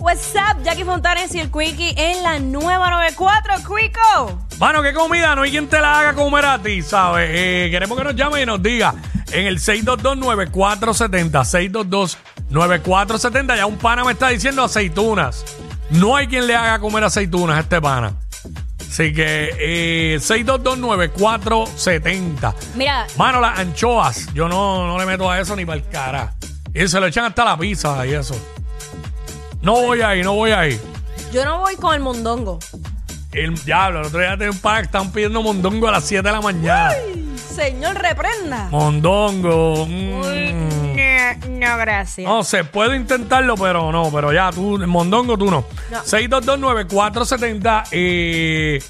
What's up, Jackie Fontanes y el Quickie en la nueva 94, Quico. Mano, qué comida, no hay quien te la haga comer a ti, ¿sabes? Eh, queremos que nos llame y nos diga en el 622-9470, 622-9470. Ya un pana me está diciendo aceitunas. No hay quien le haga comer aceitunas a este pana. Así que eh, 6229470. Mira, Mano, las anchoas, yo no, no le meto a eso ni para el cara. Y se lo echan hasta la pizza y eso. No voy ahí, no voy ahí. yo no voy con el mondongo. El diablo, el otro día tenía un pack, están pidiendo mondongo a las 7 de la mañana. Señor, reprenda. Mondongo. mm. No, gracias. No sé, puedo intentarlo, pero no, pero ya tú, el mondongo tú no. No. 6229470 y eh,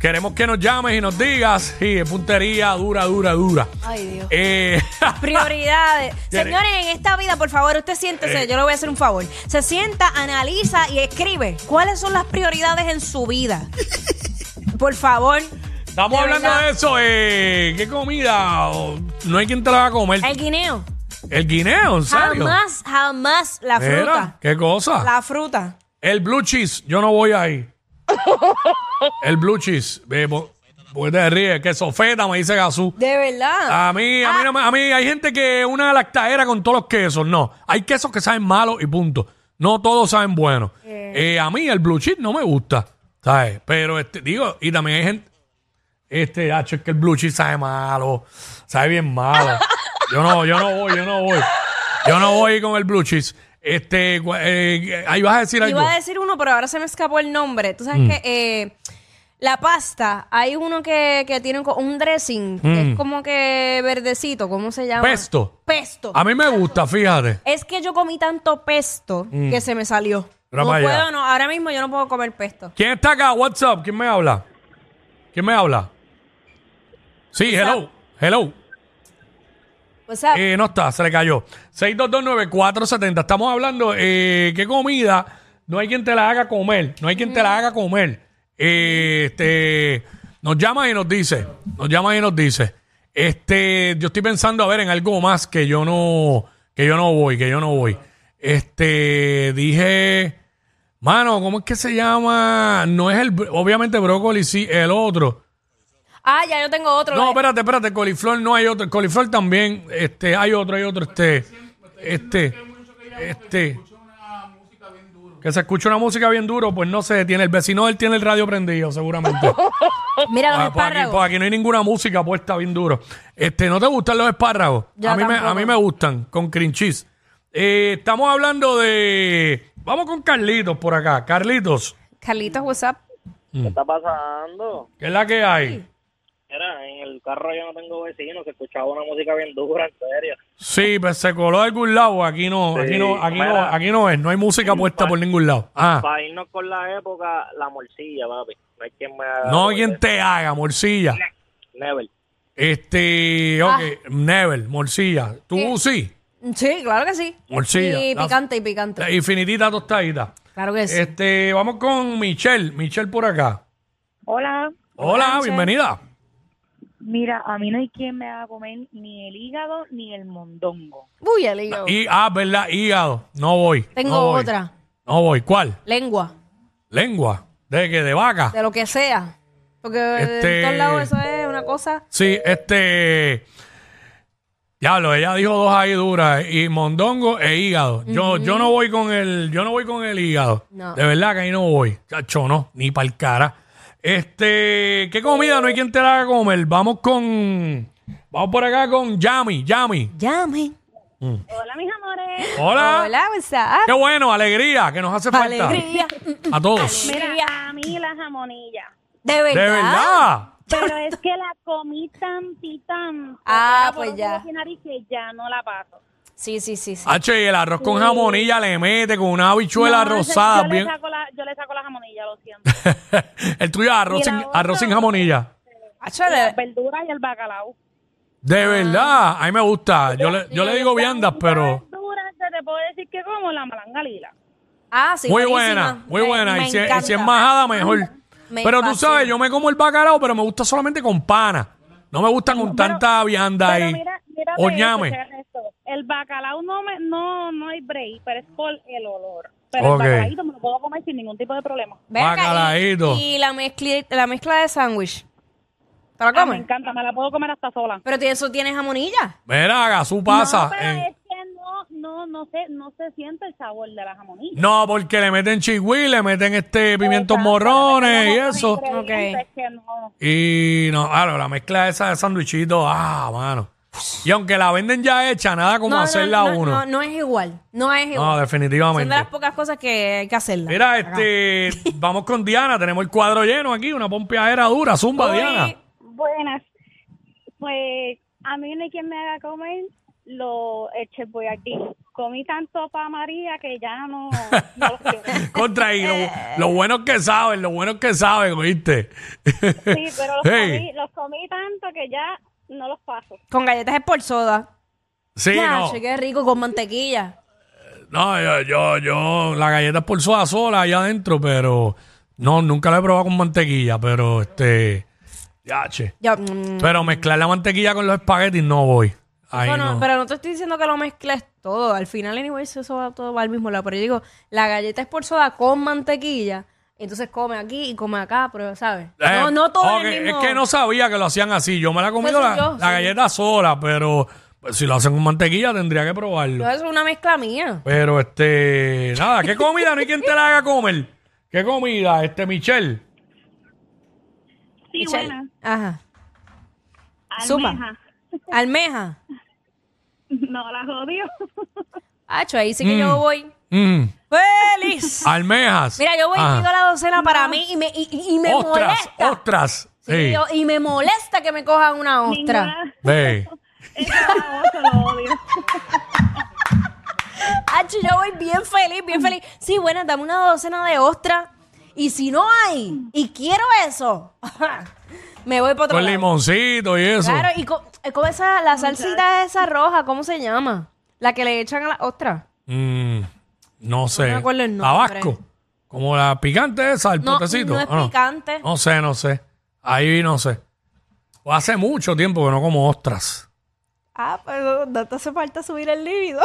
queremos que nos llames y nos digas. Sí, de puntería dura, dura, dura. Ay, Dios. Eh, Prioridades. Ya, Señores, en esta vida, por favor, usted siéntese, Eh. yo le voy a hacer un favor. Se sienta, analiza y escribe cuáles son las prioridades en su vida. Por favor. estamos De hablando verdad. de eso. Eh, ¿Qué comida? O- No hay quien te la va a comer. El guineo. El guineo, en serio. Jamás, jamás la Mira, Ah, fruta. ¿Qué cosa? La fruta. El blue cheese, yo no voy ahí. el blue cheese. Eh, po- ¿por qué te ríes? Que sofeta, me dice Gazú. De verdad. A mí, a mí, no me- a mí hay gente que una lactadera con todos los quesos. No, hay quesos que saben malos y punto. No todos saben buenos. Eh, a mí el blue cheese no me gusta, ¿sabes? Pero este, digo, y también hay gente, este, hacho, es que el blue cheese sabe malo, sabe bien malo. Yo no, yo no voy, yo no voy. Yo no voy con el blue cheese. Este, gua- eh, ahí vas a decir algo. Iba a decir uno, pero ahora se me escapó el nombre. Tú sabes Mm. que eh, la pasta, hay uno que, que tiene co- un dressing, que es como que verdecito, ¿cómo se llama? Mm. Pesto. Pesto. A mí me gusta, fíjate. Es que yo comí tanto pesto que se me salió. Mm. Pero no para allá. puedo, no. Ahora mismo yo no puedo comer pesto. ¿Quién está acá? What's up? ¿Quién me habla? ¿Quién me habla? Sí, hello. Hello. O sea, Eh, no está, se le cayó. 6229470. Estamos hablando eh, qué comida no hay quien te la haga comer. No hay quien te la haga comer. Eh, este, nos llama y nos dice. Nos llama y nos dice. Este, yo estoy pensando a ver en algo más que yo no, que yo no voy, que yo no voy. Este, dije, mano, ¿cómo es que se llama? No es el, br- obviamente brócoli, sí, el otro. ah, ya yo tengo otro. No, Eh, espérate, espérate, coliflor no hay otro. Coliflor también, este, hay otro, hay otro, este, este, este. Que se escucha una música bien duro, pues no sé, tiene el vecino, él tiene el radio prendido, seguramente. Mira los Ah, pues aquí, espárragos. pues aquí no hay ninguna música puesta bien duro. Este, ¿no te gustan los espárragos? Yo a, mí me, tampoco. a mí me gustan, con cream cheese. Eh, estamos hablando de... Vamos con Carlitos por acá. Carlitos, Carlitos, WhatsApp. Mm. ¿Qué está pasando? ¿qué es la que hay? Era, en el carro yo no tengo vecinos, se escuchaba una música bien dura, en serio. Sí, pues se coló de algún lado. Aquí no, Sí, aquí no, aquí no, mira. aquí no es. No hay música puesta por ningún lado. Ah, Para irnos con la época, la morcilla, papi. No hay quien me haga... no hay quien te haga, morcilla. Never. Este, Ah. ok, Never, morcilla. Eh. Tú sí, Sí, claro que sí. morcilla. Y La- Eh. picante y picante. la infinitita tostadita. Claro que sí. Este, vamos con Michelle. Michelle por acá. Hola, Hola, Michelle. bienvenida. mira, a mí no hay quien me haga comer ni el hígado ni el mondongo. Uy, el hígado. Y, ah, verdad, hígado. No voy. Tengo no voy. otra. No voy. ¿Cuál? Lengua. Lengua. ¿De qué? ¿De vaca? De lo que sea. Porque Este- de todos lados eso es una cosa. Sí, este. Diablo, ella dijo dos ahí duras, y mondongo e hígado. Yo, yo no voy con el, yo no voy con el hígado. No. De verdad que ahí no voy. Chacho, no, ni para el cara. Este, ¿qué comida? No hay quien te la haga comer. Vamos con. Vamos por acá con Yami, Yami. Llame. Hola, mis amores. Hola. Ah. Hola, WhatsApp. Qué bueno, alegría, que nos hace falta. Alegría. A todos. Mira, a mí la jamonilla. De verdad. De verdad. Pero es que la comí tantita. Ah, pues ya. Que ya no la paso. Sí, sí, sí. sí. H, y el arroz con jamonilla le mete con una habichuela No, ese- rosada. Ah, Yo, bien. le saco la, yo le saco la jamonilla, lo siento. el tuyo es arroz, Y la sin, otra- arroz sin jamonilla. Hacho, le- Las verduras y el bacalao. De verdad, a mí me gusta. Yo le, yo le digo viandas, pero Verduras, te, te puedo decir que como la malangalila. Ah, sí. muy buenísima. buena, muy Me- buena. me Y si, y si es encanta. majada, mejor. Me Pero tú fascina. sabes, yo me como el bacalao, pero me gusta solamente con pana. No me gusta con tanta vianda Pero ahí. mira, mira O esto, ñame. checa esto. El bacalao no, me, no, no hay break, pero es por el olor. Pero Ok. el bacalaíto me lo puedo comer sin ningún tipo de problema. Ven acá, y- Bacalaíto. Y, la, mezcli- la mezcla de sándwich. ¿Te la Ah, me comes? encanta, me la puedo comer hasta sola. Pero tiene- eso tiene jamonilla. Mira, Gazú pasa. No, pero Ah, en- es que no, no, no se, no se siente el sabor de la jamonilla. No, porque le meten chigüí, le meten este pimientos Exacto, morrones y pero los Eh, eso. ingredientes Ok. que no. Y no, claro, la mezcla esa de sandwichitos, ah, mano. Y aunque la venden ya hecha, nada como No, no, hacerla no, uno. No, no es igual. No es No, igual. Son de definitivamente. las pocas cosas que hay que hacerla. Mira, Acá. este, vamos con Diana, tenemos el cuadro lleno aquí, una pompeadera dura, zumba, Uy, Diana. Buenas. Pues a mí no hay quien me haga comer lo el chef Boyardee. Comí tanto pa María que ya no, no lo quiero. Contra y lo, lo bueno que saben, lo bueno que saben, oíste. Sí, pero los, Hey. comí, los comí tanto que ya no los paso. Con galletas es por soda. Sí, Ya, no. che, qué rico con mantequilla. No, yo, yo, yo, la galleta es por soda sola allá adentro, pero no, nunca la he probado con mantequilla, pero este, ya, che. Ya, mm, Pero mezclar la mantequilla con los espaguetis no voy. Ahí bueno, no. Pero no te estoy diciendo que lo mezcles todo. Al final, anyways, eso va todo va al mismo lado. Pero yo digo, la galleta es por soda con mantequilla. Entonces come aquí y come acá, pero ¿sabes? Eh, no, no todo ok, el mismo. Es que no sabía que lo hacían así. Yo me la he comido Pues la, yo, la sí. galleta sola, pero pues, si lo hacen con mantequilla tendría que probarlo. No, eso es una mezcla mía. Pero este, nada, ¿qué comida? No hay quien te la haga comer. ¿Qué comida? Este, Michelle. Sí, Michelle. buenas. Ajá. Zumba. Almeja. Almeja. No la jodió. Hacho, ahí sí que yo voy. Mm, ¡Feliz! almejas. Mira, yo voy y Ajá. pido la docena para mí y me, y, y- y me Ah. ostras, oh, molesta. ostras. Sí, Sí. yo- y me molesta que me cojan una ostra. Ninguna- Ve. Ese baboso lo odio. Hacho, yo voy bien feliz, bien feliz. Sí, bueno, dame una docena de ostra. Y si no hay, y quiero eso, me voy para otro Con lado. limoncito y eso. Claro, y co- eh, con esa, la salsita esa roja, ¿cómo se llama? La que le echan a la ostra. Mm, no sé. me acuerdo el nombre. Tabasco. Como la picante esa, el No, potecito. no es Ah, picante. No sé, no sé. Ahí no sé. O hace mucho tiempo que no como ostras. Ah, pero no te hace falta subir el líbido.